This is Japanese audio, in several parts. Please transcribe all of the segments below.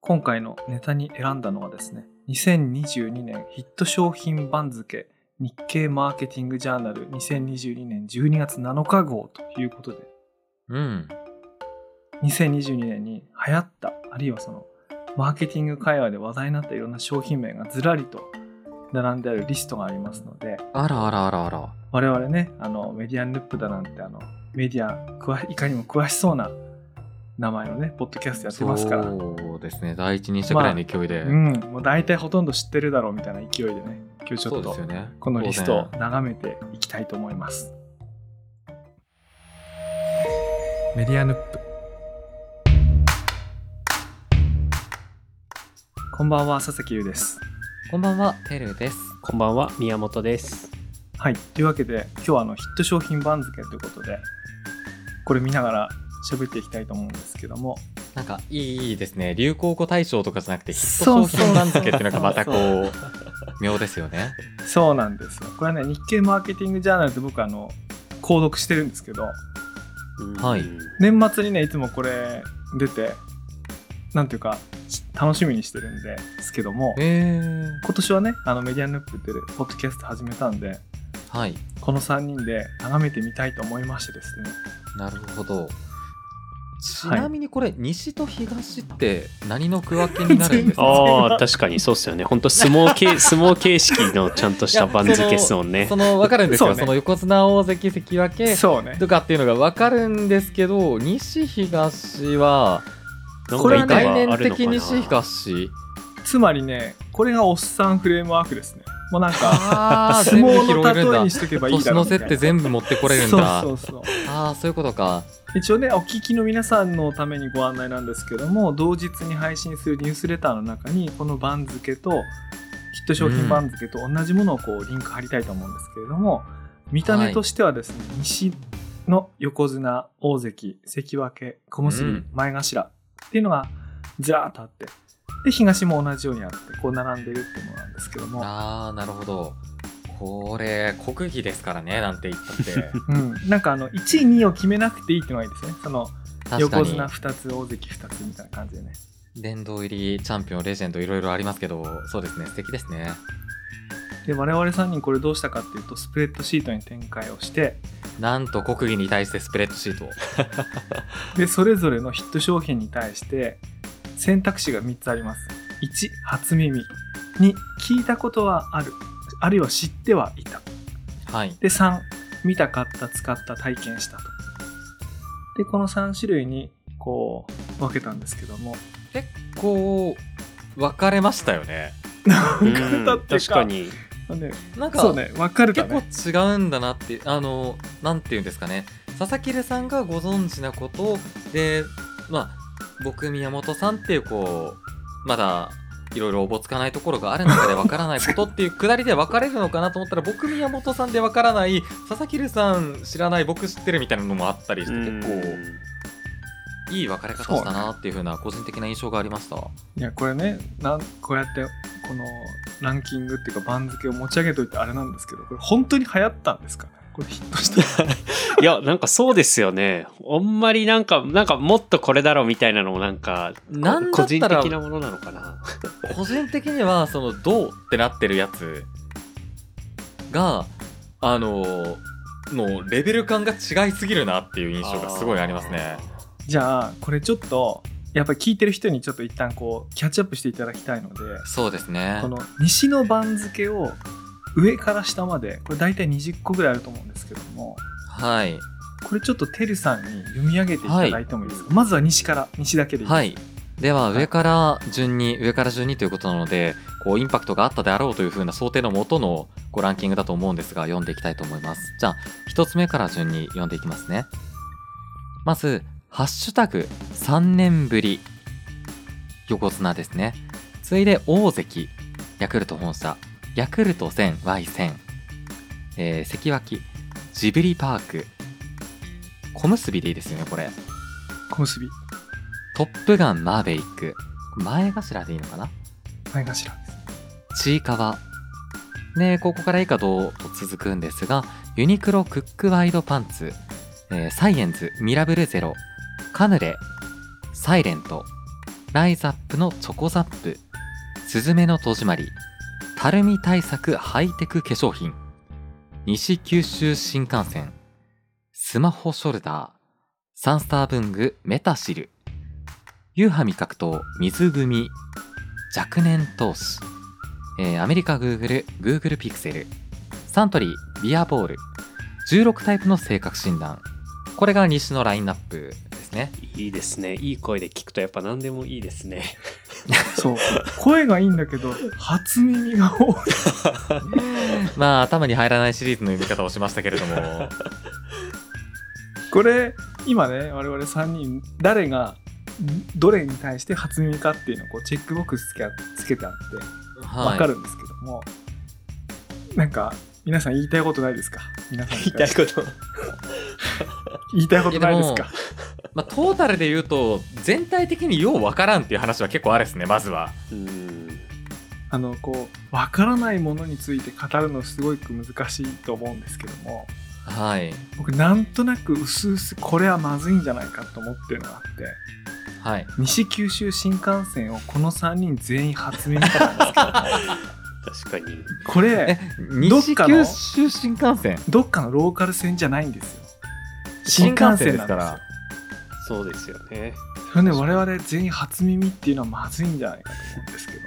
今回のネタに選んだのはですね、2022年ヒット商品番付日経マーケティングジャーナル2022年12月7日号ということで、うん。 2022年に流行った、あるいはその、マーケティング界隈で話題になったいろんな商品名がずらりと並んであるリストがありますので、あらあらあらあら。我々ねあのメディアンルップだなんてあのメディア詳いかにも詳しそうな名前のねポッドキャストやってますからう、そうですね。第一人者くらいの勢いで。ん、もう大体ほとんど知ってるだろうみたいな勢いでね今日ちそょうっでとすよね。このリストを当然眺めていきたいと思いますメディアヌップこんばんは佐々木優ですこんばんは、てるです。こんばんは、宮本です。はい、というわけで今日はあのヒット商品番付ということでこれ見ながら喋っていきたいと思うんですけどもなんか、いいいいですね。流行語大賞とかじゃなくて、ヒットそう商そうそう品番付っていうのがまたこう、妙ですよね。そうなんですよこれはね日経マーケティングジャーナルって僕あの購読してるんですけどはい年末にねいつもこれ出てなんていうかし楽しみにしてるんですけどもえ今年はねあのメディアヌップっていうポッドキャスト始めたんでー。はい。この3人で眺めてみたいと思いましてですねなるほど。ちなみにこれ、西と東って何の区分けになるんですか ああ、確かにそうっすよね。本当相撲形相撲形式のちゃんとした番付っすもんねそ。の分かるんですよ、そうそねの横綱大関関脇そうねとかっていうのが分かるんですけど西東はなんこれかは意ね概外はあ念るのか的な。西東つまりねこれがおっさんフレームワークですねもうなんか あー相撲全部拾えるんの例えだにしとけばいい年だろのうみた瀬いなって全部持ってこれるんだそうそうそうああそういうことか一応ねお聞きの皆さんのためにご案内なんですけども同日に配信するニュースレターの中にこの番付とヒット商品番付と同じものをこうリンク貼りたいと思うんですけれども、見た目としてはですね、西の横綱大関関脇小結、うん前頭っていうのがずらーっとあってで東も同じようにあってこう並んでるっていうものなんですけども、ああなるほどこれ国技ですからねなんて言った ってうん、なんかあの1位2位を決めなくていいってのがいいですねその確か横に綱2つ大関2つみたいな感じでね殿堂入りチャンピオンレジェンドいろいろありますけどそうですね素敵ですねで我々3人これどうしたかっていうとスプレッドシートに展開をしてなんと国技に対してスプレッドシートでそれぞれのヒット商品に対して選択肢が3つあります1初耳2聞いたことはあるあるいは知ってはいたはいで3見た買った使った体験したとでこの3種類にこう分けたんですけども結構分かれましたよねうん分かれたっていうか確かに。あのねなんかそうね分かるか結ね構違うんだなってあのなんていうんですかね佐々木留さんがご存知なことでまあ僕宮本さんっていうこうまだいろいろおぼつかないところがある中でわからないことっていうくだりで分かれるのかなと思ったら僕宮本さんでわからない佐々木留さん知らない僕知ってるみたいなのもあったりして結構いい分かれ方したなっていうふうな個人的な印象がありました。いやこれねなんこうやってこのランキングっていうか番付を持ち上げといてあれなんですけどこれ本当に流行ったんですかねこれヒットした いや、なんかそうですよね。あんまりなんか、なんかもっとこれだろうみたいなのもなんか、なんだ個った人ら的なものなのかな。個人的にはその「どう?」ってなってるやつがあののレベル感が違いすぎるなっていう印象がすごいありますね。じゃあこれちょっとやっぱり聞いてる人にちょっと一旦こうキャッチアップしていただきたいのでそうですねこの西の番付を上から下までこれ大体20個ぐらいあると思うんですけどもはいこれちょっとてるさんに読み上げていただいてもいいですか、まずは西から西だけでいいです、はいでは上から順に上から順にということなのでこうインパクトがあったであろうというふうな想定のもとのこうランキングだと思うんですが読んでいきたいと思いますじゃあ1つ目から順に読んでいきますねまず「ハッシュタグ #3 年ぶり」横綱ですね次いで大関ヤクルト本社ヤクルト 1000Y1000、えー関脇ジブリパーク小結でいいですよねこれ小結びトップガンマーベリック。前頭でいいのかな前頭ですちいかわ。で、ここから以下どうと続くんですが、ユニクロクックワイドパンツ、えーサイエンズミラブルゼロ、カヌレ、サイレント、ライザップのチョコザップスズメの戸締まりたるみ対策ハイテク化粧品西九州新幹線スマホショルダーサンスター文具メタシルユーハ味覚糖水組若年投資、えーアメリカ Google、Google ピクセル、サントリー、ビアボール、16タイプの性格診断。これが西のラインナップですね。いいですね。いい声で聞くとやっぱ何でもいいですね。そう声がいいんだけど初耳が多いまあ、頭に入らないシリーズの読み方をしました けれども、これ今ね我々3人誰がんどれに対して初耳かっていうのをこうチェックボックスつけあつけてあってはい分かるんですけども、なんか皆さん言いたいことないですか皆さん言いたいこと。言いたいことないですかまあ、トータルで言うと、全体的にようわからんっていう話は結構あるですね、まずは。うん。あのこう分からないものについて語るのすごく難しいと思うんですけどもはい。僕なんとなく薄々これはまずいんじゃないかと思ってるのがあってはい。西九州新幹線をこの3人全員初耳かなんです確かに。けどこれえ、西九州新幹線どっかのローカル線じゃないんですよ新幹線ですかなんらで。そうですよね。すよそれね我々全員初耳っていうのはまずいんじゃないかと思うんですけども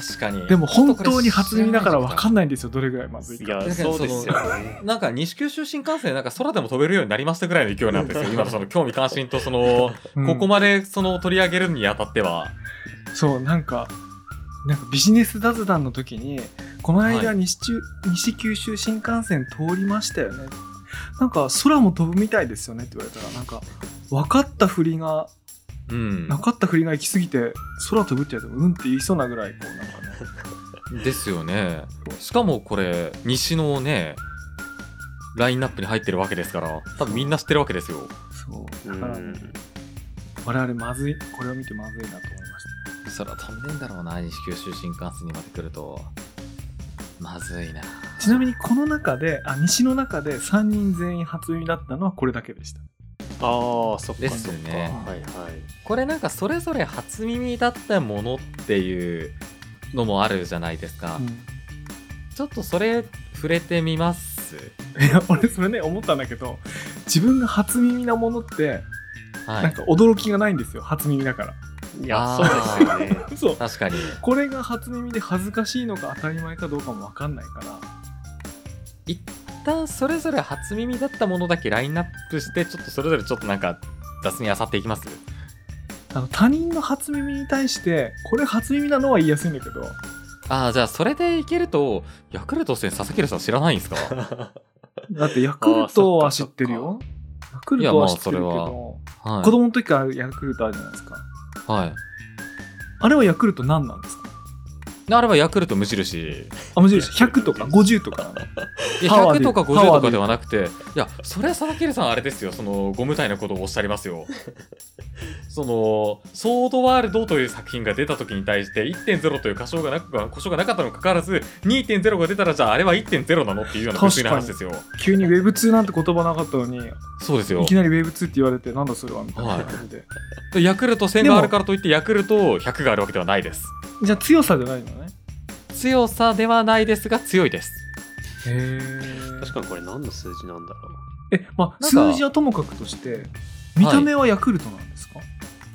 確かに。でも本当に初耳だから分かんんないんですよどれぐらいまずいいかや、だけそどうですよね。なんか西九州新幹線なんか空でも飛べるようになりましたぐらいの勢いなんですよ。今のその興味関心とその、うんここまでその取り上げるにあたっては。そうなんかなんかビジネス雑談の時にこの間西中、西九州新幹線通りましたよねなんか空も飛ぶみたいですよねって言われたらなんか分かったふりがうんな。かったふりが行き過ぎて空飛ぶって言われてもうんって言いそうなぐらいこうなんかねですよね。しかもこれ、西のね、ラインナップに入ってるわけですから、多分みんな知ってるわけですよ。そううだから、ね、ん。我々まずいこれを見てまずいなと思いまし空飛んでんだろうな、西九州新幹線にまで来ると。まずいな。たちなみにこの中であ西の中で3人全員初耳だったのはこれだけでしたああ、そっでかすそっか。ねはいはい。これなんかそれぞれ初耳だったものっていうのもあるじゃないですか、うんちょっとそれ触れてみますいや俺それね思ったんだけど自分が初耳なものってはなんいか驚きがないんですよ初耳だからいや、そうあですーよね。そう確かにこれが初耳で恥ずかしいのか当たり前かどうかも分かんないから一旦それぞれ初耳だったものだけラインナップしてちょっとそれぞれちょっとなんか雑に漁っていきますあの他人の初耳に対してこれ初耳なのは言いやすいんだけどああじゃあそれでいけるとヤクルト戦佐々木朗希さん知らないんですかだってヤクルトは知ってるあーそよっヤクルトは知ってるけいやまあどはい子供の時からヤクルトあるじゃないですかはいあれはヤクルト何なんですかであればヤクルト無印あ無印100とか50とかなのいやパワー100でとかパ50ワーとでかではなくて、いや、それは佐々木さん、あれですよ、そのご無体なことをおっしゃりますよ。 その、ソードワールドという作品が出た時に対して、1.0という故障がなく故障がなかったにもかかわらず、2.0が出たら、じゃああれは1.0なのっていうような無粋な話ですよ。急に Web2 なんて言葉なかったのにそうですよいき。なり Web2 って言われてなんだそれはみたいな感じで、ヤクルト1000でもがあるからといって、ヤクルト100があるわけではないです。じゃあ強さじゃないのね強さではないですが、強いです。へえ 確かにこれ何の数字なんだろう。え、まあ、なんか数字はともかくとして見た目はヤクルトなんですか、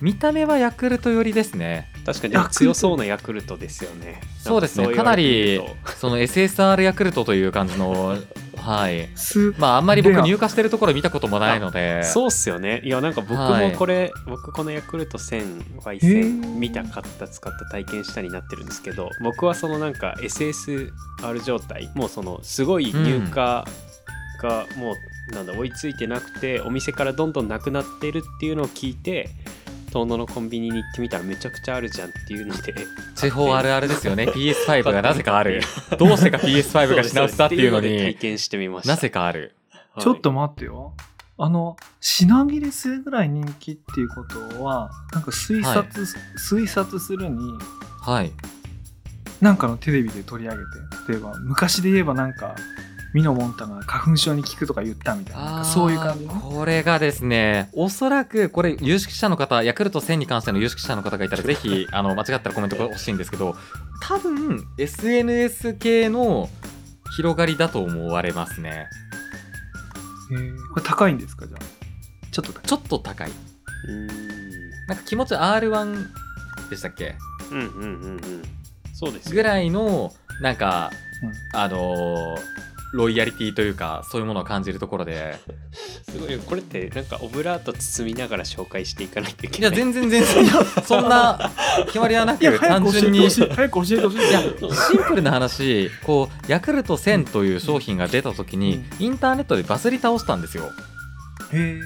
見た目はヤクルト寄りですね。確かにヤクルト強そうなヤクルトですよね。そうですね、なんかそなう言りわれてみる、その SSR ヤクルトという感じの、はい。すまああんまり僕レア入荷してるところ見たこともないのでとそうっすよね。いや、なんか僕はいもこれ、僕このヤクルト1000はへ1000ー見た、買った、使った、体験したになってるんですけど、僕はそのなんか SSR 状態、もうそのすごい入荷がもう、なんだ、追いついてなくて、お店からどんどんなくなってるっていうのを聞いて、遠野のコンビニに行ってみたらめちゃくちゃあるじゃんっていうの で地方あるあるですよね PS5 がなぜかあるどうしてか PS5 が品薄だっていうのそうですそうですっていうので体に験してみましたなぜかあるはいちょっと待ってよあの品切れするぐらい人気っていうことはなんか推察,、はい推察するにはいなんかのテレビで取り上げて例えば昔で言えばなんかミノモンタが花粉症に効くとか言ったみたいななんかそういう感じあのーこれがですねおそらくこれ有識者の方ヤクルト1000に関しての有識者の方がいたらぜひ あの間違ったらコメント欲しいんですけど多分 SNS 系の広がりだと思われますねへーこれ高いんですかじゃあちょっと高いちょっと高いうなんか気持ち R1 でしたっけーんうんうんうんうんそうですぐよらいのなんか、うあのーロイヤリティというかそういうものを感じるところで すごいよこれってなんかオブラート包みながら紹介していかないといけいなやい全然全然そ んな決まりはないやく早単く教え純てにほしい早く教えてほしい いやシンプルな話こうヤクルト1000という商品が出た時にインターネットでバズり倒したんですよへ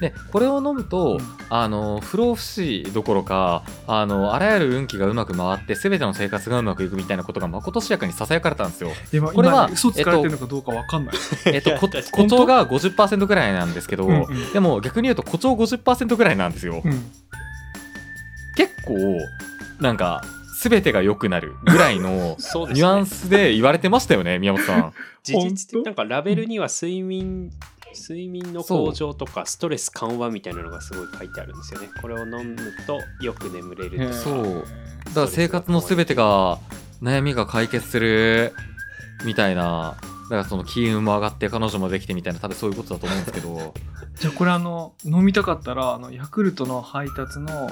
でこれを飲むと、うんあの不老不死どころかあのあらゆる運気がうまく回って全ての生活がうまくいくみたいなことがまことしやかにささやかれたん ですよ。え今これは今嘘つかれてるのかどうかわかんない、えっと、こ誇張が50%ぐらいなんですけど、うんうんでも逆に言うと誇張50%ぐらいなんですよ。うん結構なんか全てが良くなるぐらいの そうですニねュアンスで言われてましたよね宮本さん。事実本的当なんかラベルには睡眠睡眠の向上とかストレス緩和みたいなのがすごい書いてあるんですよねこれを飲むとよく眠れるとかそうだから生活のすべてが悩みが解決するみたいなだからその金運も上がって彼女もできてみたいな多分そういうことだと思うんですけ どじゃあこれあの飲みたかったらあのヤクルトの配達の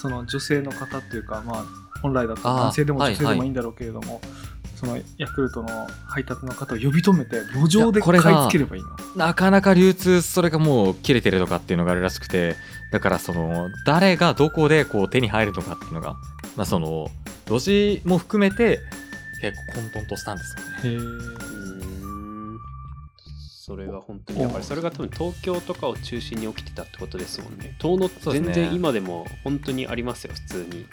その女性の方っていうかまあ本来だとあー男性でもはい女性でもいいんだろうけれども、そのヤクルトの配達の方を呼び止めて路上でいやこ買れいが付ければいいのなかなか流通それがもう切れてるとかっていうのがあるらしくてだからその誰がどこでこう手に入るのかっていうのがまあその路地も含めて結構混沌としたんですよね。へえうーんそれが本当にだからそれが多分東京とかを中心に起きてたってことですもんね遠野そうですね全然今でも本当にありますよ普通に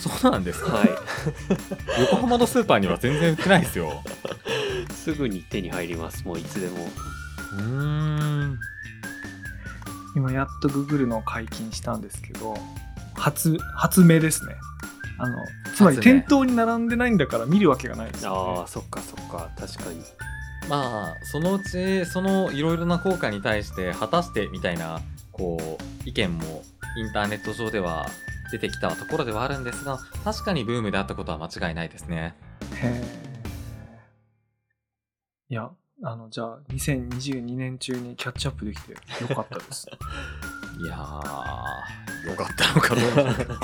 そうなんですかは 横浜のスーパーには全然売ってないですよ。いすぐに手に入りますもういつでもうーん今やっとグーグルの解禁したんですけど発発明ですねあのつまり発明店頭に並んでないんだから見るわけがないですよ、ねああ、そっかそっか確かにまあそのうちそのいろいろな効果に対して果たしてみたいなこう意見もインターネット上では出てきたところではあるんですが確かにブームであったことは間違いないですねへえいやあのじゃあ2022年中にキャッチアップできてよかったですいやーよかったのかど うかでも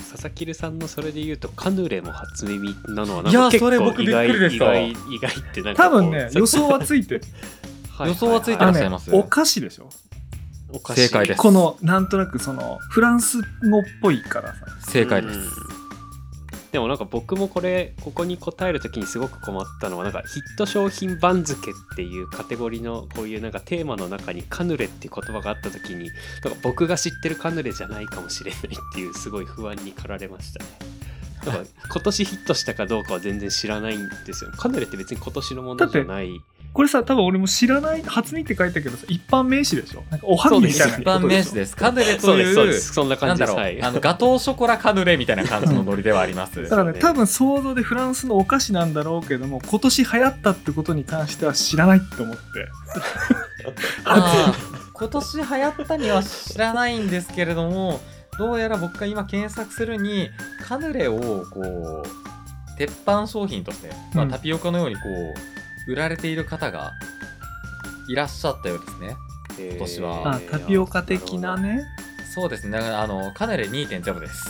佐々木留さんのそれで言うとカヌレも初耳なのはなんかいや結構それ僕びっくりでした意外意外意外ってなん か多こう分ねさ予想はついてるは予想はついてらあっのしゃねいますお菓子でしょおかしい正解ですこのなんとなくそのフランス語っぽいからさ正解です、うんでもなんか僕もこれここに答える時にすごく困ったのはなんかヒット商品番付っていうカテゴリーのこういうなんかテーマの中にカヌレっていう言葉があった時になんか僕が知ってるカヌレじゃないかもしれないっていうすごい不安に駆られましたね。 なんか今年ヒットしたかどうかは全然知らないんですよ。カヌレって別に今年のものじゃない。これさ多分俺も知らない初見って書いたけどさ一般名詞でしょなんかおはぎみたいなそう一でことでしょ般名詞ですすカヌレそとうですそういでうす。そんなな感んじだです。ろはういあのガトーショコラカヌレみたいな感じのノリではあり ますだからねですよ多ね分想像でフランスのお菓子なんだろうけども今年流行ったってことに関しては知らないって思ってあー今年流行ったには知らないんですけれどもどうやら僕が今検索するにカヌレをこう鉄板商品として、まあ、うんタピオカのようにこう売られている方がいらっしゃったようですね今年はあタピオカ的な。ねそうですねだからあのカヌレ2.0です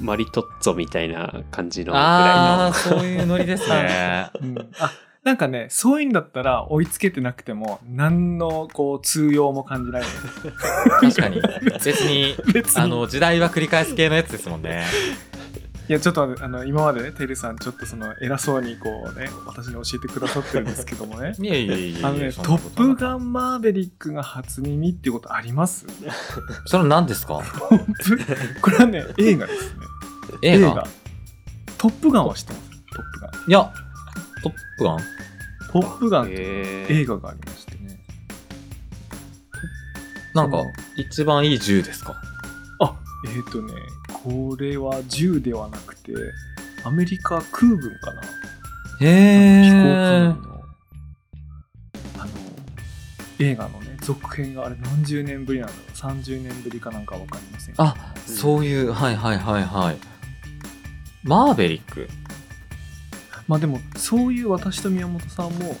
マリトッツォみたいな感じのぐあらあそういうノリですねうんあなんかねそういうんだったら追いつけてなくても何のこう通用も感じない 確かに別 に別にあの時代は繰り返す系のやつですもんねいやちょっとあの今までねてるさんちょっとその偉そうにこうね私に教えてくださってるんですけどもね いやいやいやいやあのね「そトんなこッとはプガンマーベリック」が初耳っていうことあります それは何ですかこれはね映画ですね映画トップガンは知ってますトップガンいやトップガントップガンいの。というえー映画がありましてねなんそかの、一番いい銃ですかあえっ、ー、とねこれは銃ではなくてアメリカ空軍かなへ飛行機えの映画のね続編があれ何十年ぶりなんだろう30年ぶりかなんか分かりませんあそういう、はいはいはいはいマーベリックまあでもそういう私と宮本さんも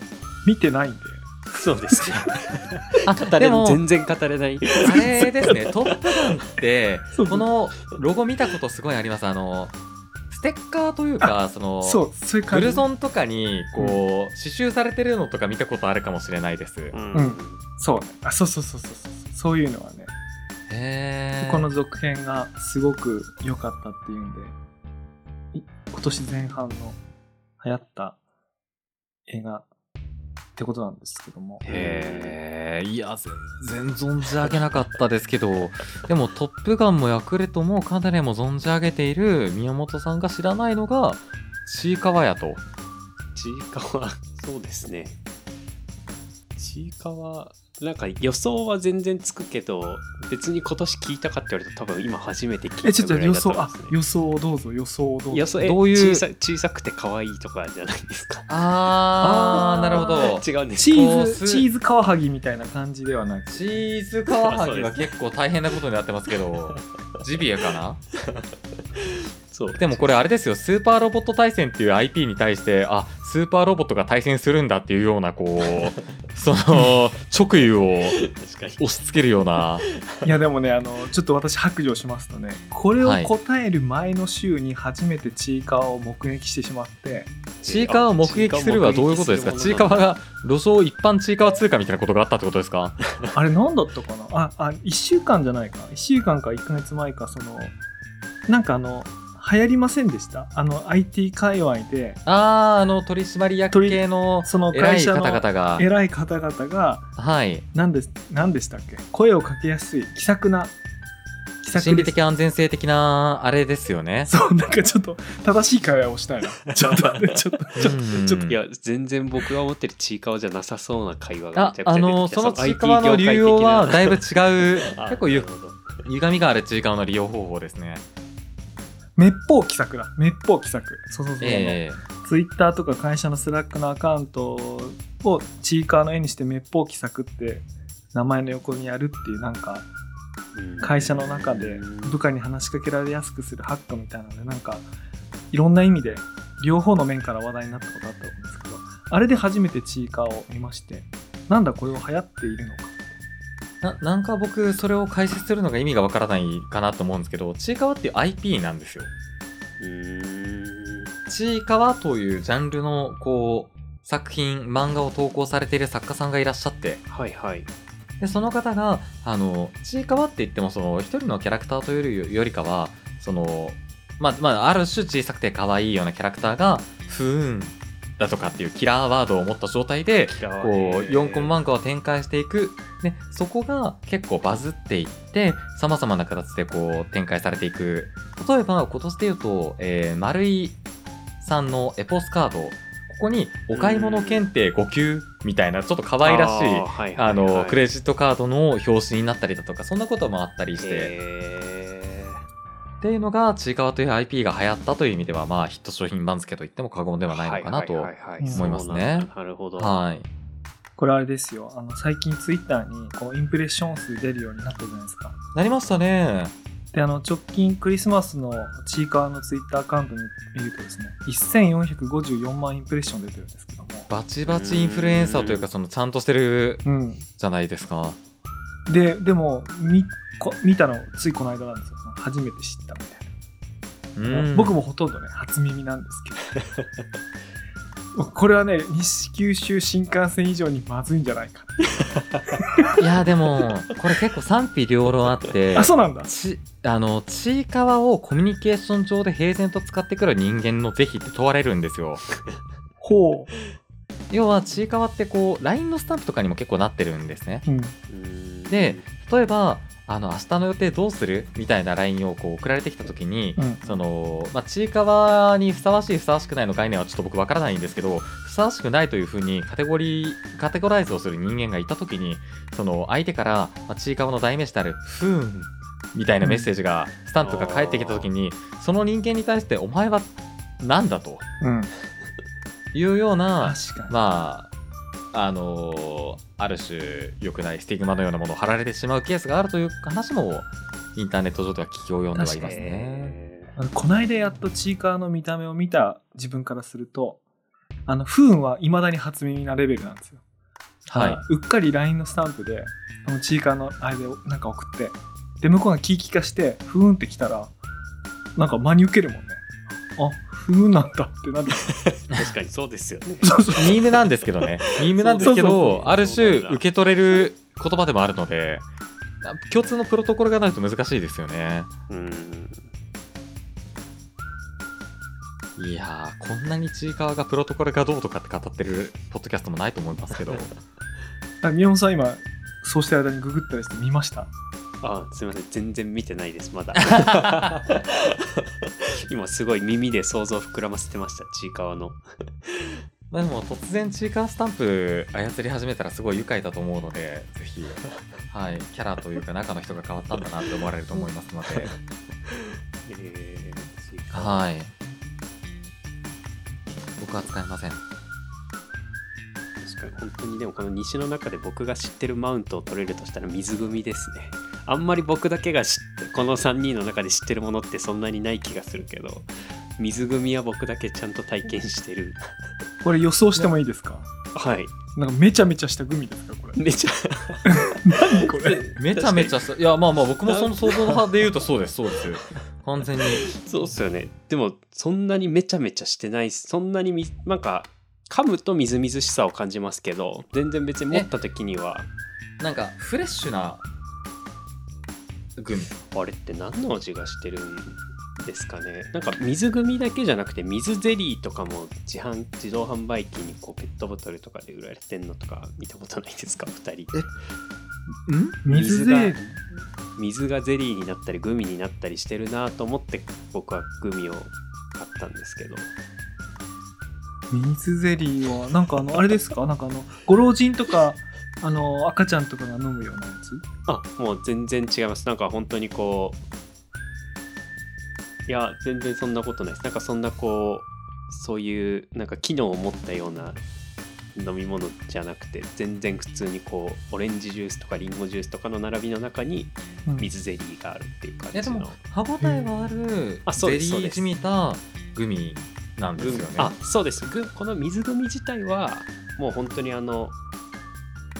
見てないんでそうですね あ 語れでも全然語れないあれですね「トップガン」 ってこのロゴ見たことすごいありますあのステッカーというかそのそうそういうグ感じルゾンとかにこう、刺繍されてるのとか見たことあるかもしれないです。へんうんそうねあそうそうそうそうそうそういうのはねえ。この続編がすごく良かったっていうんでい今年前半の流行った映画ってことなんですけどもへえ。いや全然存じ上げなかったですけど でも「トップガン」も「ヤクルト」もかなりも存じ上げている宮本さんが知らないのがちいかわやと。ちいかわ、そうですね。ちいかわ、なんか予想は全然つくけど、別に今年聞いたかって言われたら多分今初めて聞えいちょたっとぐらい予だと想思いあます、ね。予想をどうぞ予想をどうぞ予想えどういう小さ小さくて可愛いとかじゃないですか。あーあーなるほ ど。違うんですチこうーすズチーズカワハギみたいな感じではなく チーズカワハギは結構大変なことになってますけどジビエかなそうでもこれあれですよスーパーロボット対戦っていう IP に対してあスーパーロボットが対戦するんだっていうようなこうその直輸を確かに。押し付けるようないやでもねあのちょっと私白状しますとねこれを答える前の週に初めてちいかわを目撃してしまってちいかわを目撃するはどういうことですかちいかわが路上一般ちいかわ通貨みたいなことがあったってことですかあれ何だったかなああ1週間じゃないか1週間か1ヶ月前かそのなんかあの流行りませんでしたあの IT 界隈であーあの取締役系のその偉会い社方の々が偉い方々がはい何で何でしたっけ声をかけやすい気さくな気さく心理です的安全性的なあれですよねそうなんかちょっと正しい会話をしたいなちょっと 待ってちょっとちょっとうんちょっといや、全然僕が思ってるちいかわじゃなさそうな会話があめちゃくちゃあの出てきそたのちいかわの流用はだいぶ違う結構ゆ。 IT 業界的なあなるほど歪みがあるちいかわの利用方法ですねめっぽう気さくだめっぽう気さくそうそうそう、ええツイッターとか会社のスラックのアカウントをチーカーの絵にしてめっぽうきさくって名前の横にやるっていうなんかうん会社の中で部下に話しかけられやすくするハックみたいなのでなんかいろんな意味で両方の面から話題になったことあったと思うんですけどあれで初めてチーカーを見ましてなんだこれは流行っているのかななんか僕それを解説するのが意味がわからないかなと思うんですけどちいかわっていう IP なんですようんちいかわというジャンルのこう作品漫画を投稿されている作家さんがいらっしゃってはいはい。でその方があのちいかわって言ってもその一人のキャラクターというよりよりかはそのまあまあある種小さくて可愛いようなキャラクターが不運だとかっていうキラーワードを持った状態でこう4コマ漫画を展開していくでそこが結構バズっていってさまざまな形でこう展開されていく例えば今年で言うと、えー丸井さんのエポスカードここにお買い物検定5級みたいなちょっと可愛らしいあーはいはいはいあのクレジットカードの表紙になったりだとかそんなこともあったりしてへっていうのがちいかわという IP が流行ったという意味ではまあヒット商品番付と言っても過言でーはないのかなとははははは思いますねそうなんだなるほど。いこれあれですよあの最近ツイッターにこうインプレッション数出るようになったじゃないですかなりましたねであの直近クリスマスのちいかわのツイッターアカウント見るとですね1454万インプレッション出てるんですけども、バチバチインフルエンサーというかそのちゃんとしてるうん、じゃないですかででも見こ見たのついこの間なんですよ初めて知ったみたいな、うん僕もほとんどね初耳なんですけど これはね西九州新幹線以上にまずいんじゃないかいやでもこれ結構賛否両論あってなあそうなんだちあのちいかわをコミュニケーション上で平然と使ってくる人間の是非って問われるんですよほ要はちいかわってこう LINE のスタンプとかにも結構なってるんですねう、うん、うんで例えばあの明日の予定どうするみたいな LINE をこう送られてきた時に、うんそのまあ、ちいかわにふさわしいふさわしくないの概念はちょっと僕わからないんですけどふさわしくないというふうにカテゴリーカテゴライズをする人間がいた時にその相手から、まあ、ちいかわの代名詞である「不運」みたいなメッセージが、スタンプが返ってきた時にその人間に対して「お前は何だ?」とうん、いうような確かに、まああのーある種良くないスティグマのようなものを貼られてしまうケースがあるという話もインターネット上では聞き及んではいますね。えあのこないだやっとチーカーの見た目を見た自分からするとあの不運はいまだに初耳なレベルなんですよはい、うっかり LINE のスタンプであのチーカーのあれでなんか送ってで向こうがキーキー化して不運って来たらなんか真に受けるもんねあ不運なんだってなる 確かにそうですよね。そうそう ミームなんですけどね。ミームなんですけど、そうそうそうある種そうなんだ受け取れる言葉でもあるので、な共通のプロトコルがないと難しいですよね。うんいやー、こんなにちいかわがプロトコルがどうとかって語ってるポッドキャストもないと思いますけど、あ宮本さん今そうした間にググったりして見ましたあすみません全然見てないですまだ 今すごい耳で想像膨らませてましたちいかわの まあでも突然ちいかわスタンプ操り始めたらすごい愉快だと思うので、ぜひ、はい、キャラというか中の人が変わったんだなって思われると思いますので、えーちいかわ はい。僕は使えません。確かに本当にでもこの西の中で僕が知ってるマウントを取れるとしたら水組ですねあんまり僕だけが知ってこの3人の中で知ってるものってそんなにない気がするけど水組は僕だけちゃんと体験してるこれ予想してもいいですかはいなんかめちゃめちゃしたグミですかこれ め ちゃ何これめちゃめちゃさ、いや、まあまあ、僕もその想像の派で言うとそうです、そうです。完全に。そうっすよね。でも、そんなにめちゃめちゃしてないしそんなにみ、なんか、噛むとみずみずしさを感じますけど、全然別に持った時には、なんか、フレッシュなグミ。あれって何の味がしてるんですかね。なんか、水組だけじゃなくて、水ゼリーとかも自販、自動販売機にこうペットボトルとかで売られてんのとか見たことないですか、2人。ん水ゼリー水がゼリーになったり、グミになったりしてるなと思って、僕はグミを買ったんですけど。水ゼリーはなんかあのあれですかなんかあのご老人とかあの赤ちゃんとかが飲むようなやつあもう全然違いますなんか本当にこういや全然そんなことないですなんかそんなこうそういうなんか機能を持ったような飲み物じゃなくて全然普通にこうオレンジジュースとかリンゴジュースとかの並びの中にうん水ゼリーがあるっていう感いや、でじの、も、歯応えがある、あそうゼでリすそうーですじみたグミなんでグすミよね。あそうですグこの水グミ自体はもう本当にあの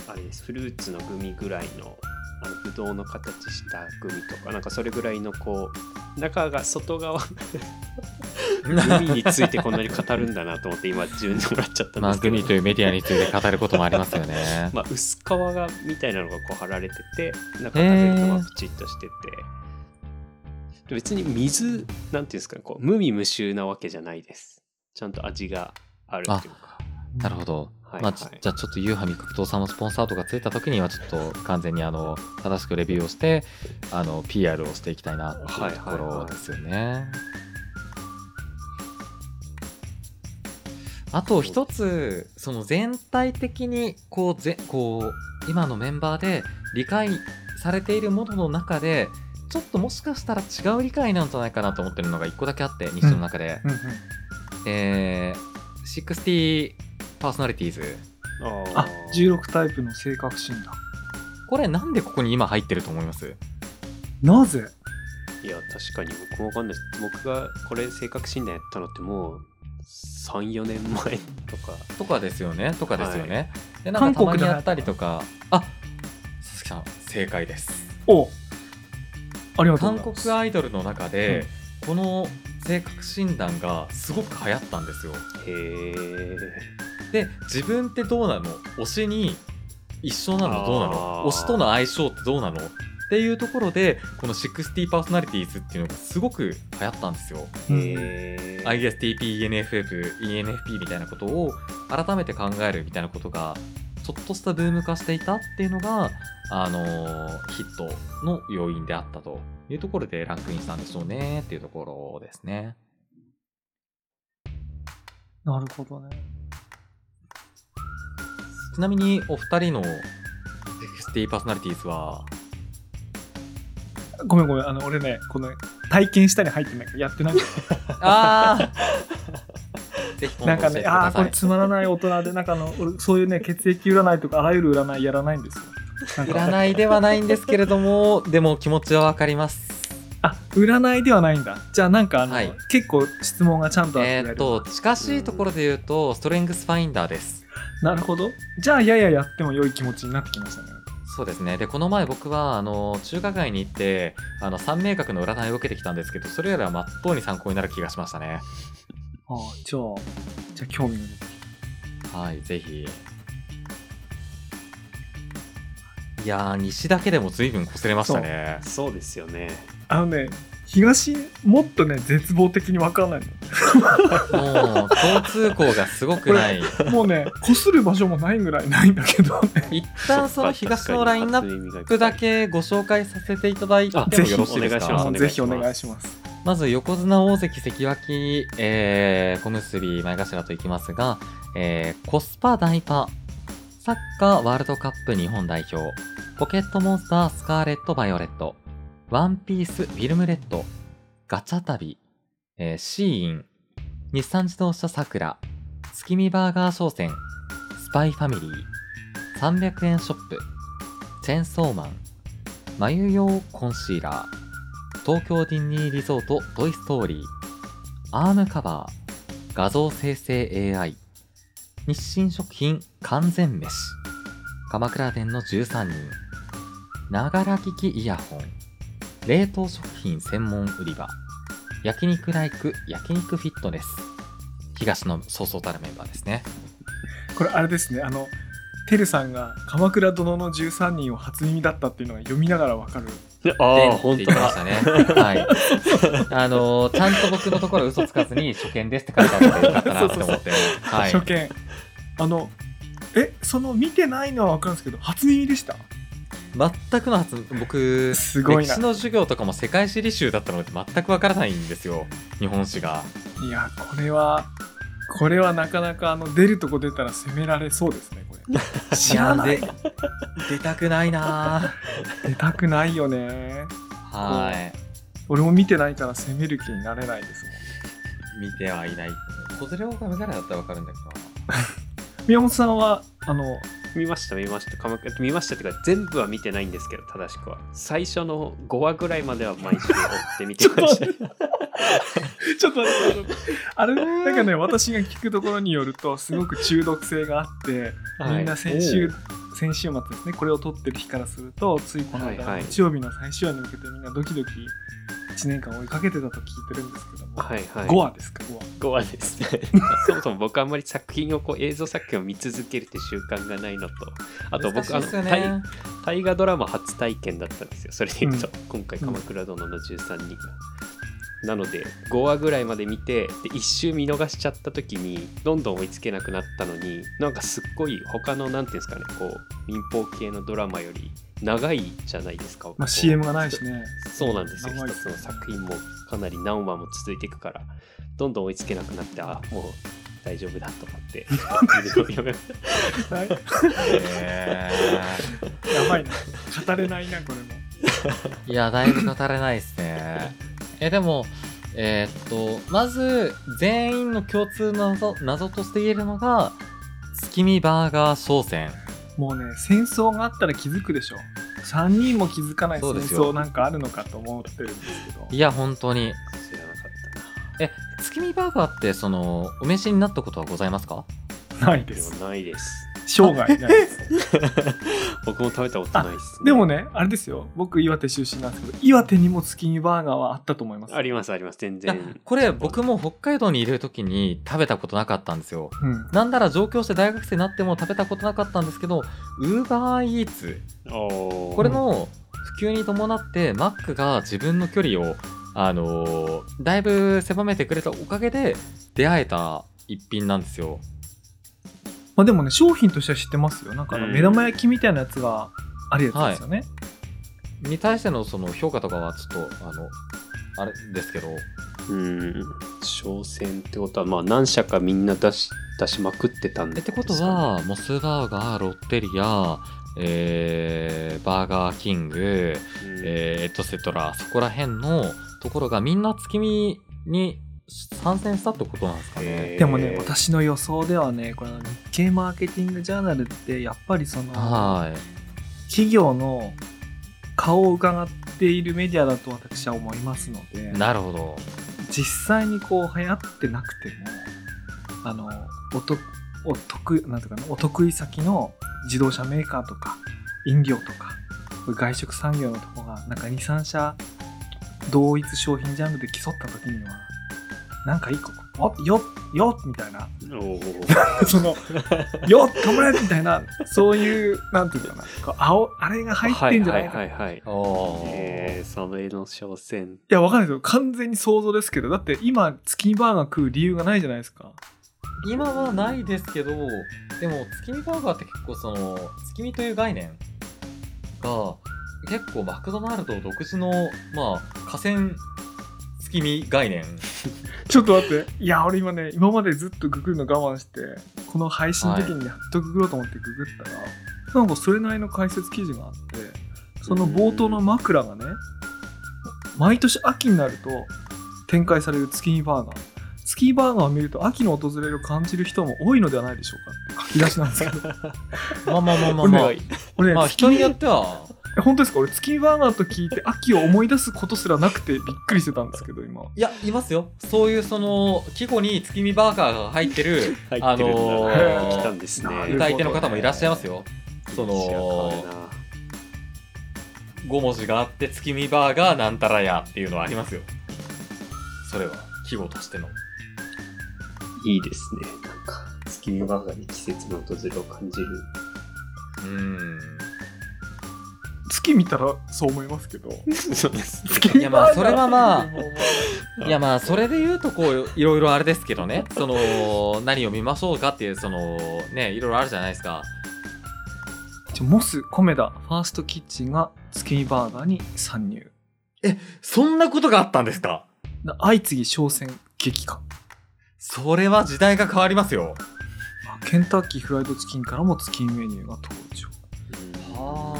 あれですフルーツのグミぐらいのあのぶどうの形したグミとかなんかそれぐらいのこう中が 外側グミについてこんなに語るんだなと思って今自分でもらっちゃったんまであ、すけグど、ミというメディアについて語ることもありますよね。 まあ、薄皮がみたいなのがこう貼られてて中食べるとまあへープチッとしてて、で別に水なんていうんですかねこう無味無臭なわけじゃないですちゃんと味があるっていうかなるほど。はいまあ、はいじじゃあちょっと、ユーハミ格闘さんのスポンサーとかついた時には、ちょっと完全にあの正しくレビューをして、あの PR をしていきたいなっていうところですよね。あと一つ、その全体的にこうぜこう今のメンバーで理解されているものの中で、ちょっともしかしたら違う理解なんじゃないかなと思ってるのが一個だけあって、西野の中で。うんうんえー、60パーソナリティーズ。ああー16タイプの性格診断これなんでここに今入ってると思いますなぜいや確かに僕もわかんないです僕がこれ性格診断やったのってもう34年前とかとかですよねとかですよね。はでなんかた韓国まにで流や行っったたりとか。あ佐々木さん正解です。おありがとうござい韓ま国すアイドルの中で、この性格診断がすごく流行ったんですよ。へえで自分ってどうなの推しに一緒なのどうなあのー推しとの相性ってどうなのっていうところでこの60パーソナリティーズっていうのがすごく流行ったんですよ。うんへえ ISTP、ENFF、ENFP みたいなことを改めて考えるみたいなことがちょっとしたブーム化していたっていうのが、あのーヒットの要因であったというところでランクインしたんでしょうねっていうところですね。なるほどねちなみにお二人の60パーソナリティーズは、ごめんごめんあの俺 ねこの体験したに入ってないからやってないあ ぜひな今ん度か教えてねく、ああー、だこされい。つまらない大人で、なんかあの、俺そういうね、血液占いとか、あらゆる占いやらないんですよ。なんか占いではないんですけれども、 でも気持ちはわかります。あ、占いではないんだ。じゃあ、なんか、あの、はい結構質問がちゃんとあってえやーっる。と、近しいところで言うと、ストレングスファインダーです。なるほど。じゃあ、やややっても良い気持ちになってきましたね。そうですね。で、この前僕は、あの、中華街に行って、あの、三名格の占いを受けてきたんですけど、それよりは真っ当に参考になる気がしましたね。ああ、じゃあ、じゃあ、興味が出てはい、ぜひ。いやー、西だけでも随分擦れましたね。そうですよね。あのね、東、もっとね、絶望的に分かんないもう、共通項がすごくない。の。もう ね、こする場所もないぐらいないんだけどね。一旦その東のラインナッップだ。けご紹介させていただいてもあぜひよろしいですお願いしかまぜひお願いします。まず横綱大関関脇、えー、小結び前頭といきますが、えーコスパ大パサッカーワールドカップ日本代表ポケットモンスタースカーレットバイオレットワンピースフィルムレッドガチャ旅、えーシーイン日産自動車さくら月見バーガー商戦スパイファミリー300円ショップチェーンソーマン眉用コンシーラー東京ディズニーリゾートトイ・ストーリー、アームカバー、画像生成 AI、日清食品完全飯、鎌倉店の13人、ながら聞きイヤホン、冷凍食品専門売り場、焼肉ライク焼肉フィットネス、東のそうそうたるメンバーですね。これ、あれですね、あの、てるさんが「鎌倉殿の13人」を初耳だったっていうのが読みながら分かるあであ、本って当言ってましだ。たね。はい。あのーちゃんと僕のところ嘘つかずに初見ですって書いてあったのでよかったなって思 って。はい。初見あのえその見てないのは分かるんですけど初耳でした全くの初僕すごいな歴史の授業とかも世界史履修だったので全くわからないんですよ日本史がいやこれはこれはなかなかあの出るとこ出たら攻められそうですねこ れ知らないいやで出たくないな出たくないよねぁはい俺も見てないから攻める気になれないですもん見てはいない小連れをがめがらだったらわかるんだけ宮本さんはあの見ました、見ました。鎌倉見ましたっていうか、全部は見てないんですけど、正しくは。最初の5話ぐらいまでは毎週追って見てましちた。ょっと待ってあのあれなんかね私が聞くところによるとすごく中毒性があってみんな先週、先週末ですねこれを撮ってる日からするとついこの間、はいはい日曜日の最終話に向けてみんなドキドキ1年間追いかけてたと聞いてるんですけども、はいはい。 5話ですか5話5話ですね そもそも僕あんまり作品をこう映像作品を見続けるって習慣がないのとあどと僕難あのしいですよ大ね大河ドラマ初体験だったんですよそれでいくと、今回「鎌倉殿の13人が」なので5話ぐらいまで見てで1周見逃しちゃった時にどんどん追いつけなくなったのになんかすっごい他のなんていうんですかねこう民放系のドラマより長いじゃないですか、まこあ、う CM がないし ねそうなんですよ。長い一つの作品もかなり何話も続いていくから、どんどん追いつけなくなって、あもう大丈夫だと思って、はいえやばいな語れないなこれもーいやだいぶ語れないですねえでもえーっとまず全員の共通の謎謎として言えるのが月見バーガー商戦もうね戦争があったら気づくでしょ3人も気づかない戦そうです争よなんかあるのかと思ってるんですけどいや本当に知らなかっえ月見バーガーってそのお召しになったことはございますかないたな。でですもないです。 生涯ないです僕も食べたことないです、でも。ね、あれですよ、僕、岩手出身なんですけど、岩手にも月見バーガーはあったと思います。ありますあります、全いや然。これ僕も北海道にいる時に食べたことなかったんですようん、なんなら上京して大学生になっても食べたことなかったんですけどウーバーイーツおーこれの普及に伴ってマックが自分の距離をあのーだいぶ狭めてくれたおかげで出会えた一品なんですよまあ、でもね、商品としては知ってますよ。なんかあのうん目玉焼きみたいなやつがあるやつですよね。に対してのその評価とかはちょっとあのあれですけどうん。商戦ってことは、まあ何社かみんな出し、出しまくってたんえでってことすかね、はモスバーガーロッテリア、えーバーガーキング、うんえーエットセトラそこら辺のところがみんな月見に参戦したってことなんですかね。でもね、私の予想ではねこれ日経マーケティングジャーナルってやっぱりそのは企業の顔を伺っているメディアだと私は思いますのでい。なるほど。実際にこう流行ってなくてもあのおとお得なんていうかなお得意先の自動車メーカーとか飲料とか外食産業のとこがなんか23社同一商品ジャンルで競った時にはなんか一個こうおよっよっみたいな おーそのよっ頑張れみたいなそういうなんていうのかなこう青あれが入ってんじゃないかはいはいはい、はいおえー、サメの商戦いや、わかんないですよ。完全に想像ですけど、だって今、月見バーガー食う理由がないじゃないですか。今はないですけどでも月見バーガーって結構その月見という概念が結構マクドナルド独自のまあ河川月見 概念ちょっと待って。いや、俺今ね、今までずっとググるの我慢して、この配信の時にやっとググろうと思ってググったら、なんかそれなりの解説記事があって、その冒頭の枕がね、毎年秋になると展開される月見バーガー。月見バーガーを見ると秋の訪れを感じる人も多いのではないでしょうかって書き出しなんですけ どまあまあまこあまあれねまあ、俺ねまあ月人見によってはえ本当ですか俺月見バーガーと聞いて秋を思い出すことすらなくてびっくりしてたんですけど今いやいますよそういうその季語に月見バーガーが入ってる入あってるんだ、のー来たんですねなるほど歌い手の方もいらっしゃいますよそいや変わのるな5文字があって月見バーガーなんたらやっていうのはありますよそれは季語としてのいいですねなんか月見バーガーに季節の訪れを感じるうん月見たらそう思いますけどそうです月見いやまあそれはまあバーガーっていやまあそれで言うとこういろいろあれですけどねその何を見ましょうかっていうそのねいろいろあるじゃないですかちょモスコメダファーストキッチンが月見バーガーに参入そんなことがあったんですかな相次ぎ商戦激化それは時代が変わりますよあケンタッキーフライドチキンからも月見メニューが登場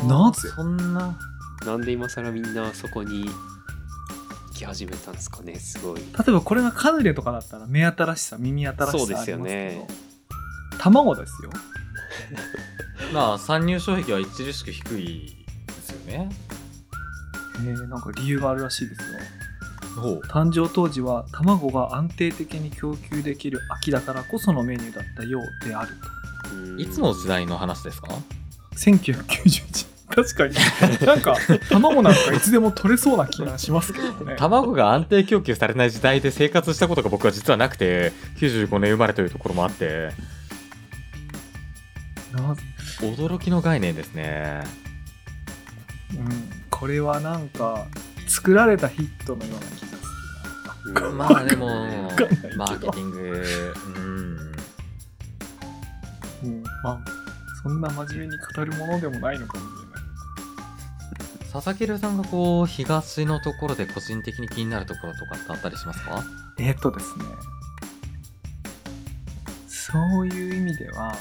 うんなぜそんななんで今更みんなそこに行き始めたんですかねすごい例えばこれがカヌレとかだったら目新しさ耳新しさありますけどそうですよね卵ですよまあ参入障壁は著しく低いですよねえーなんか理由があるらしいですよほう誕生当時は卵が安定的に供給できる秋だからこそのメニューだったようであるいつの時代の話ですかと1991確 かになんか卵なんかいつでも取れそうな気がしますけどね卵が安定供給されない時代で生活したことが僕は実はなくて95年生まれというところもあってな驚きの概念ですねうん、これはなんか作られたヒットのような気がするうんまあでもわかんないけどマーケティングうんな、うん、まあそんな真面目に語るものでもないのかもしれない佐々木留さんがこう東のところで個人的に気になるところとかってあったりしますかえーっとですね、そういう意味では、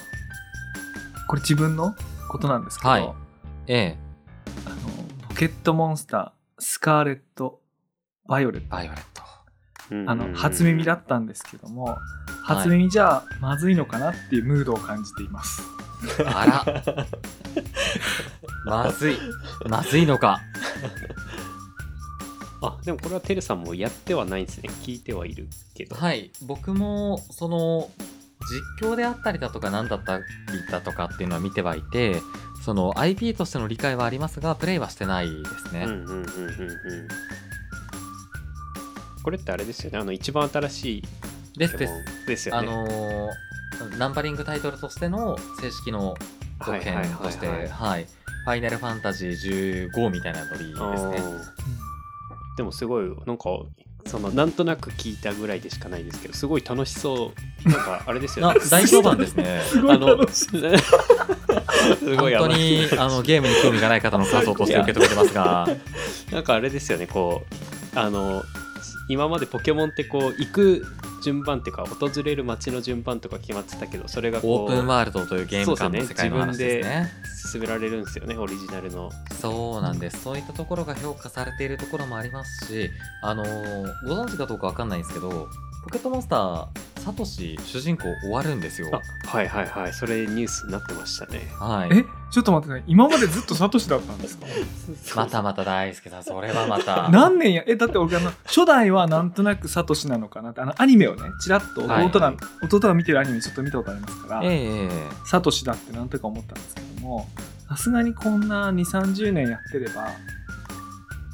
これ自分のことなんですけど、はいええあのポケットモンスター、スカーレット、バイオレット、バイオレットあの、初耳だったんですけども、初耳じゃまずいのかなっていうムードを感じています。あら まずいまずいのかあでもこれはテルさんもやってはないんですね聞いてはいるけどはい僕もその実況であったりだとか何だったりだとかっていうのは見てはいてその IP としての理解はありますがプレイはしてないですうんね、うんうんうんうんこれってあれですよねあの一番新しいですですポケモンですよあねのーナンバリングタイトルとしての正式の続編として、はいははいはいはいファイナルファンタジー15みたいなノリですね。あーでもすごいなんかそのなんとなく聞いたぐらいでしかないですけどすごい楽し そうなんかあれですよなね大評判ですね。あのしすごい本当にあのあのゲームに興味がない方の感想として受け止めてますが、 なんかあれですよねこうあの今までポケモンってこう行く順番っていうか訪れる街の順番とか決まってたけどそれがこオーうプンワールドというゲーム感の世界の話ですね。進められるんですよねオリジナルの。そうなんです。そういったところが評価されているところもありますし、あのーご存知かどうかわかんないんですけど、ポケットモンスターサトシ主人公終わるんですよあはいはいはいそれニュースになってましたねはいえちょっと待ってください今までずっとサトシだったんですかまたまた大輔さんそれはま た何年やえだって俺あの初代はなんとなくサトシなのかなってあのアニメをねちらっとはい弟が、弟が見てるアニメちょっと見たことありますから、ええええサトシだってなんとか思ったんですけどもさすがにこんな2 3 0年やってれば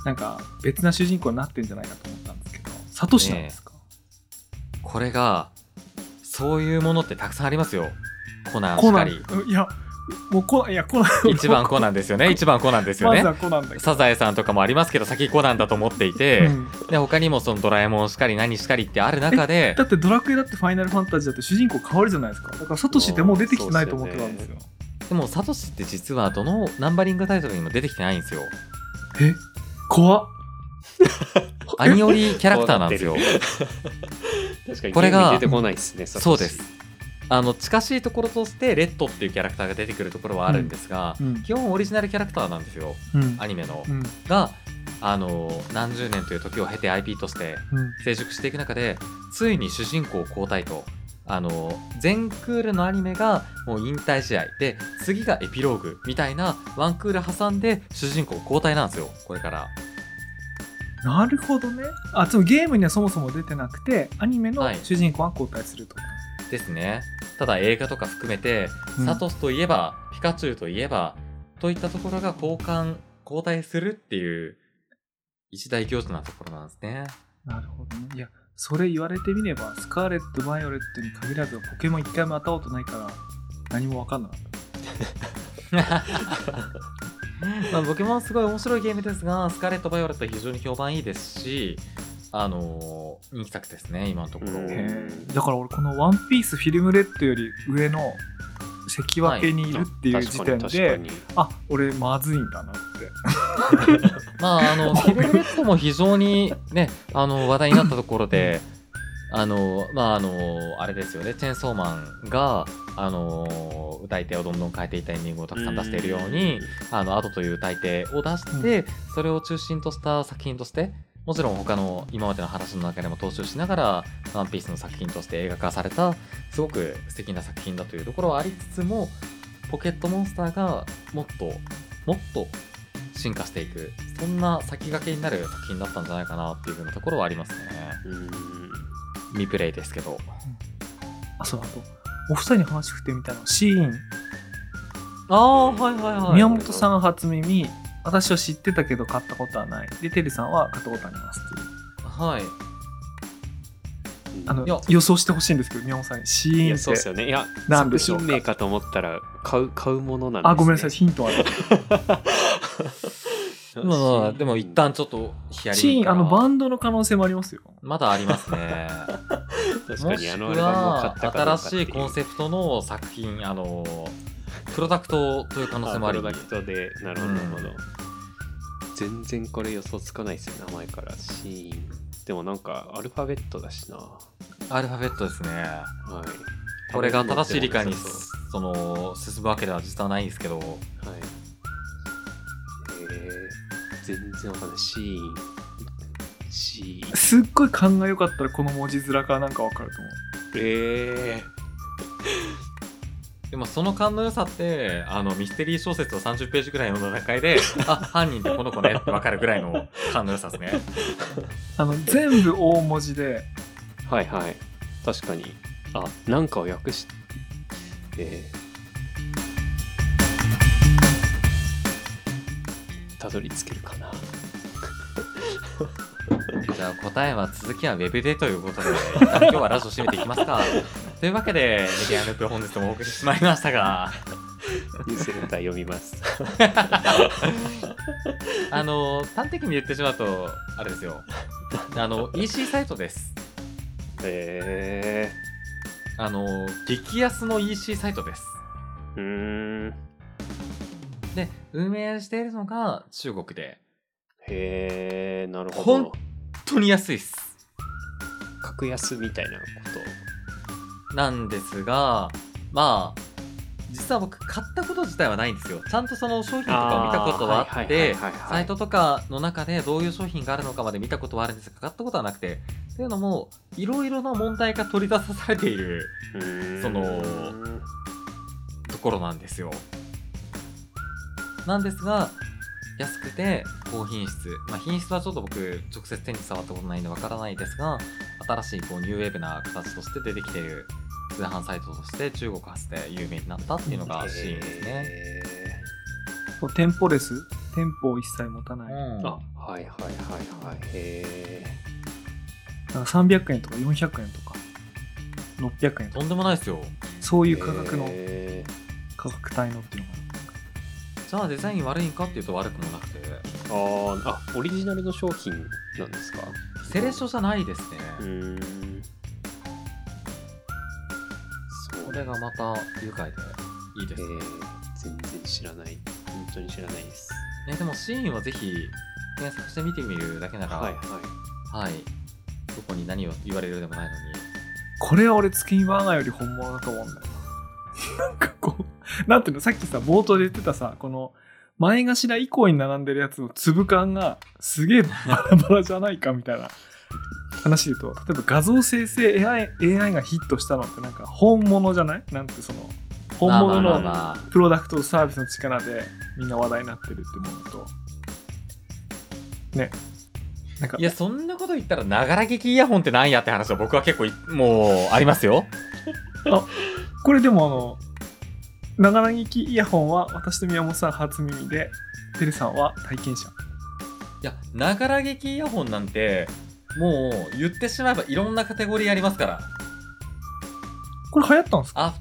なんか別な主人公になってんじゃないかと思ったんですけどサトシなんですか、これがそういうものってたくさんありますよコナンコしナかンりうんいやもうコナンいやコナン 一番コナンですよね一番コナンですよまねずはコナンだけど、サザエさんとかもありますけど先コナンだと思っていて、うんで他にもそのドラえもんしかり何しかりってある中でだってドラクエだってファイナルファンタジーだって主人公変わるじゃないですかだからサトシってもう出てきてないと思ってたんですよでもサトシって実はどのナンバリングタイトルにも出てきてないんですよえ 怖っアニオリキャラクターなんですよこうなってる確かにこれがゲームに出てこないですねサそトうシですあの近しいところとしてレッドっていうキャラクターが出てくるところはあるんですが、うん基本オリジナルキャラクターなんですようんアニメの、うんがあの何十年という時を経て IP としてうん成熟していく中でついに主人公交代とあの全クールのアニメがもう引退試合で次がエピローグみたいなワンクール挟んで主人公交代なんですよこれからなるほどねあつまりゲームにはそもそも出てなくてアニメのはい主人公は交代すると、ですねただ映画とか含めて、うんサトシといえばピカチュウといえばといったところが交換交代するっていう一大行事なところなんですねなるほどねいやそれ言われてみればスカーレット・バイオレットに限らずポケモン一回も当たったことないから何も分かんなかったまあ、ポケモンすごい面白いゲームですが、スカーレット・バイオレットは非常に評判いいですし、あのー人気作ですね、今のところ。うんえだから俺この「ワンピースフィルムレッドより上の関脇にいるっていう時点で、確かに確かあ俺まずいんだなってまあ、あの、フィルムレッドも非常にね、あの、話題になったところで、あの、まあ、あの、あれですよね、チェーンソーマンが、あの、歌い手をどんどん変えていったエンディングをたくにさん出しているように、あの、アドという歌い手を出して、それを中心とした作品として、もちろん他の今までの話の中でも踏襲しながら、ワンピースの作品として映画化された、すごく素敵な作品だというところはありつつも、ポケットモンスターがもっと、もっと進化していく、そんな先駆けになる作品だったんじゃないかなっていうふうなところはありますね。うん未プレイですけど。あそうあとお二人に話振ってみたのシーンああ、はいはいはい。宮本さん初耳私は知ってたけど買ったことはないでてるさんは買ったことありますっていうはい。うんあのいや予想してほしいんですけど宮本さんにシいーンやそうっですてよねいやなんでしょう作か品名かと思ったら買う買うものなんです、ね、あごめんなさいヒントはないまあまあ、でも一旦ちょっとヒアリングシーンからあのバンドの可能性もありますよまだありますね。確かもにしあくのアルバムを買はったかどうか新ってしいコンセプトの作品、あのプロダクトという可能性もありプロダクトでなるほどうんなるほど、全然これ予想つかないですよ名前からシーンでもなんかアルファベットだしなはアルファベットですね。いこれが正しい理解にそうその進むわけでは実はないんですけど、はいえー、全然わかんないシーンシーンすっごい勘が良かったらこの文字面からなんかわかると思うえでもその勘の良さってあのミステリー小説を30ページぐらいの段階 で、あ犯人ってこの子ねってわかるぐらいの勘の良さですね。あの全部大文字でー、はいはい確かにあなんかを訳しえーたどり着けるか なじゃあ答えは続きはウェブでということ で、一旦今日はラジオ締めていきますか。というわけで、メディアヌープ本日もお送りしてまいりましたが、ニュースレター読みます。あの、端的に言ってしまうと、あれです よ。あの、EC サイトです。えあの、激安の EC サイトです。ー、うーん、で、運営しているのが中国で、へー、なるほほんど。本当に安いっす。格安みたいなこなんですが、まあ、実は僕買ったこと自体はないんですよ。ちゃんとその商品とかを見たことはあっあーはいてはいはいはいは、いサイトとかの中でどういう商品があるのかまで見たことはあるんですが、買ったことはなくて、というのもいろいろな問題が取り出さされているそのところなんですよ。なんですが安くて高品質、まあ、品質はちょっと僕直接手に触ったことないんでわからないですが新しいこうニューウェーブな形として出てきている通販サイトとして中国発で有名になったっていうのがシーンですね。へそう店舗レス店舗を一切持たない、うーんあはいはいはいはいへだから300円とか400円とか600円とかとんでもないですよ。そうえいう価格のへ価格帯のっていうのがじゃあデザイン悪いんかっていうと悪くもなくてーあーあオリジナルの商品なんですかセレッションじゃないですね。うーんそこうだれがまた愉快でいいでえすね。ー全然知らない本当に知らないですねでもシーンはぜひ検索して見てみるだけなら、ははいいはどこに何を言われるでもないのにこれは俺月見バーガーより本物だと思うんだよななんかこうなんていうのさっきさ冒頭で言ってたさこの前頭以降に並んでるやつの粒感がすげえバラバラじゃないかみたいな話で言うと例えば画像生成 AI, AI がヒットしたのってなんか本物じゃないなんてその本物まあまあのまあまプロダクトとサービスの力でみんな話題になってるってものとねなんかあいやそんなこと言ったらながら聞きイヤホンってなんやって話は僕は結構いもうありますよこれでもあの長らぎきイヤホンは私と宮本さん初耳でてるさんは体験者いやながら聞きイヤホンなんてもう言ってしまえばいろんなカテゴリーありますからこれ流行ったんですか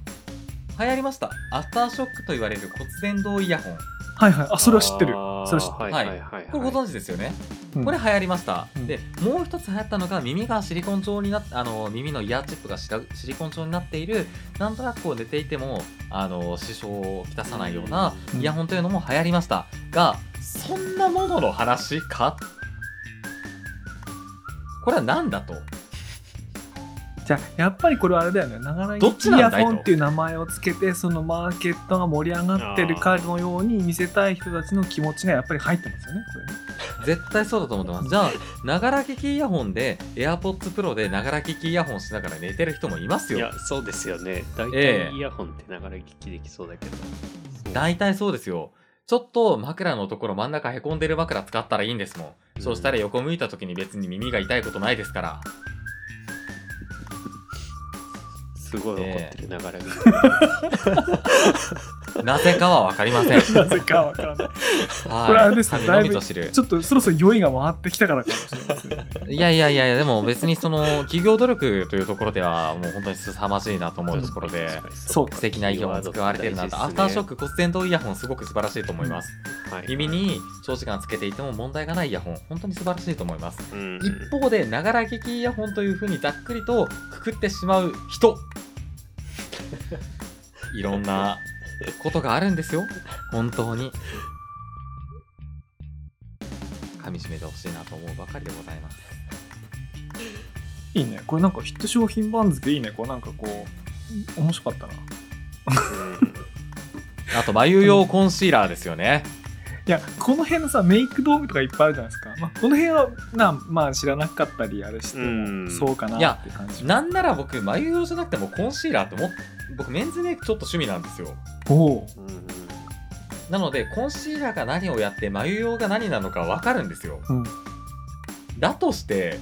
あ流行りましたアフターショックと言われる骨伝導イヤホンはいはいあいそれは知ってるあーそれは知ってるはいはいはいこれご存知ですよね、うんこれ流行りました、うんでもう一つ流行ったのが耳がシリコン調になっあの耳のイヤーチップがシラシリコン調になっているなんとなくこう寝ていてもあの支障をきたさないようなうんイヤホンというのも流行りましたがそんなものの話かこれは何だとじゃあやっぱりこれはあれだよね長らどぎっきちイなんだヤいとホンっていう名前をつけてそのマーケットが盛り上がってるかのように見せたい人たちの気持ちがやっぱり入ってますよねこれね絶対そうだと思ってますじゃあ ながら聞きイヤホンで AirPods Pro でながら聞きイヤホンしながら寝てる人もいますいよやそうですよね大ええ体イヤホンってながら聞きできそうだけど、そう大体そうですよ。ちょっと枕のところ真ん中へこんでる枕使ったらいいんですもうんん。そうしたら横向いた時に別に耳が痛いことないですから。すごい怒ってるながら聞き、なぜかはわかりません。は い。なぜかわからないこれあれですね神だいのぶみぞ知る。ちょっとそろそろ酔いが回ってきたからかもしれませんねいやいやいやいや、でも別にその企業努力というところではもう本当に凄まじいなと思うところで。確かにそうか素敵な意表を使われてるなと、アフターショッ、ク骨伝導イヤホンすごく素晴らしいと思います、はい耳、に長時間つけていても問題がないイヤホン本当に素晴らしいと思いますうん一方でながら聞きイヤホンというふうにざっくりとくくってしまう人いろんなことがあるんですよ本当に噛み締めてほしいなと思うばかりでございますいいねこれなんかヒット商品番付いいねこうなんかこう面白かったなうんあと眉用コンシーラーですよねいやこの辺のさメイク道具とかいっぱいあるじゃないですか、まあ、この辺はなまあ知らなかったりあれしても、うんそうかなって感じなんなら僕眉用じゃなくてもコンシーラーってもっ僕メンズメイクちょっと趣味なんですよおおうんうんなのでコンシーラーが何をやって眉用が何なのか分かるんですよう、うん、だとして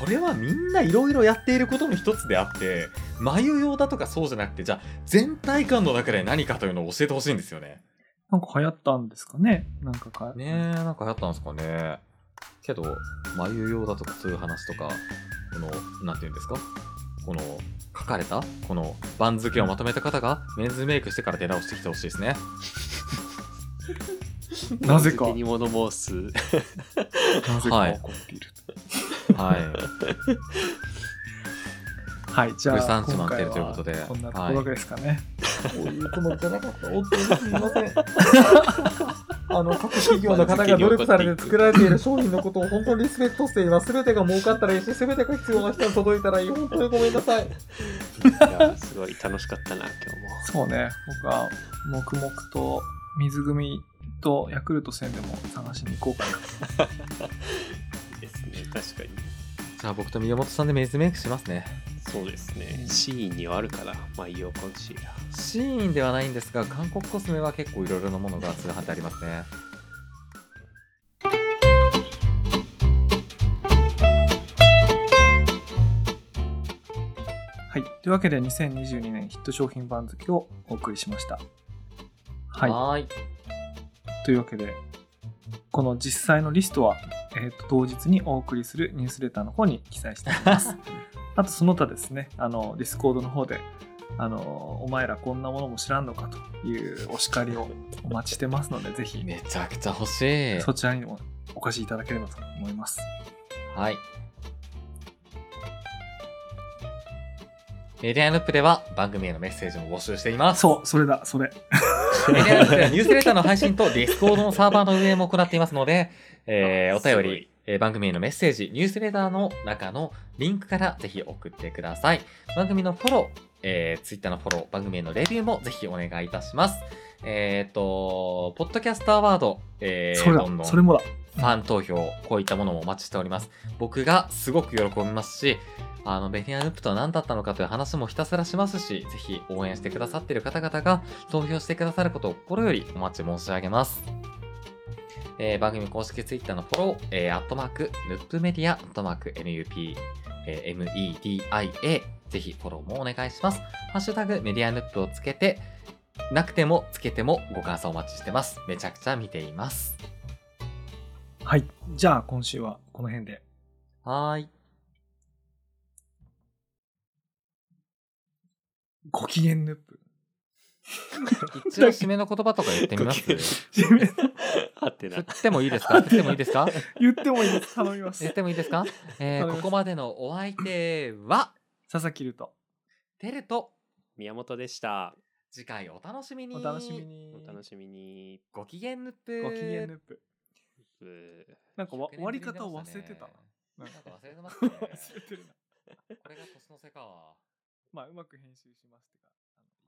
それはみんないろいろやっていることの一つであって眉用だとかそうじゃなくてじゃあ全体感の中で何かというのを教えてほしいんですよね。なんか流行ったんですかねなんかかねえなんか流行ったんですかね。けど眉用だとかそういう話とかこのなんていうんですかこの書かれたこの番付をまとめた方がメンズメイクしてから出直してきてほしいですね。なぜか手に物申す。なぜかはい怒っているはい。はい、じゃグサあンチマ今ンテ回ルということではこんなところですかね、こういう好みじゃなかった。本当にすみませ ん。あの各企業の方が努力されて作られている商品のことを本当にリスペクトしています。すべてが儲かったらいいし、すべてが必要な人に届いたらいい。本当にごめんなさい。いやすごい楽しかったな、今そうね僕は黙々と水組とヤクルト戦でも探しに行こうかな日も。いいですね、確かに。あ僕と宮本さんでメイズメイクしますねそうですうねんシーンにはあるかな万葉コンシ ーラーシーンではないんですが韓国コスメは結構いろいろなものが通販でありますねはい、というわけで2022年ヒット商品番付をお送りしました。ははーいい、というわけでこの実際のリストは、えーと当日にお送りするニュースレターの方に記載しており ます。あとその他ですねあのディスコードの方であの「お前らこんなものも知らんのか」というお叱りをお待ちしてますのでぜひめちゃくちゃ欲しいそちらにもお越しいただければと思います。はい。メディアヌップでは番組へのメッセージも募集しています。そうそれだそれメディアヌップでは ニュースレターの配信とディスコードのサーバーの運営も行っていますので、えーあお便すごいり、えー番組へのメッセージ、ニュースレターの中のリンクからぜひ送ってください。番組のフォロー、えー、ツイッターのフォロー、番組へのレビューもぜひお願いいたします。えっ、と、ポッドキャストアワード、えーそれどんどだんそれもだファン投票、こういったものもお待ちしております。僕がすごく喜びますし、あの、ベニアヌップとは何だったのかという話もひたすらしますし、ぜひ応援してくださっている方々が投票してくださることを心よりお待ち申し上げます。えー番組公式ツイッターのフォロー、えー、アットマーク、ヌップメディア、アットマーク、NUP、えー MEDIA、ぜひフォローもお願いします。ハッシュタグ、メディアヌップをつけて、なくてもつけてもご感想お待ちしてます。めちゃくちゃ見ています。はいじゃあ今週はこの辺ではーい。ご機嫌ヌップ一応締めの言葉とか言ってみます ご機嫌 あって振なってもいいですか振ってもいいですか言ってもいいです頼みます 言ってもいいで すか、え頼みー、まこすこまでのお相手は、佐々木ルトテルと、宮本でした次回お楽しみに。お楽しみ。にお楽しみにご機嫌ぬっぷご機嫌ヌップうーなんかわ100終わり方を忘れてたなななんん かか忘れてますね。忘れてるなこれが年の瀬か。まあうまく編集しますってかあの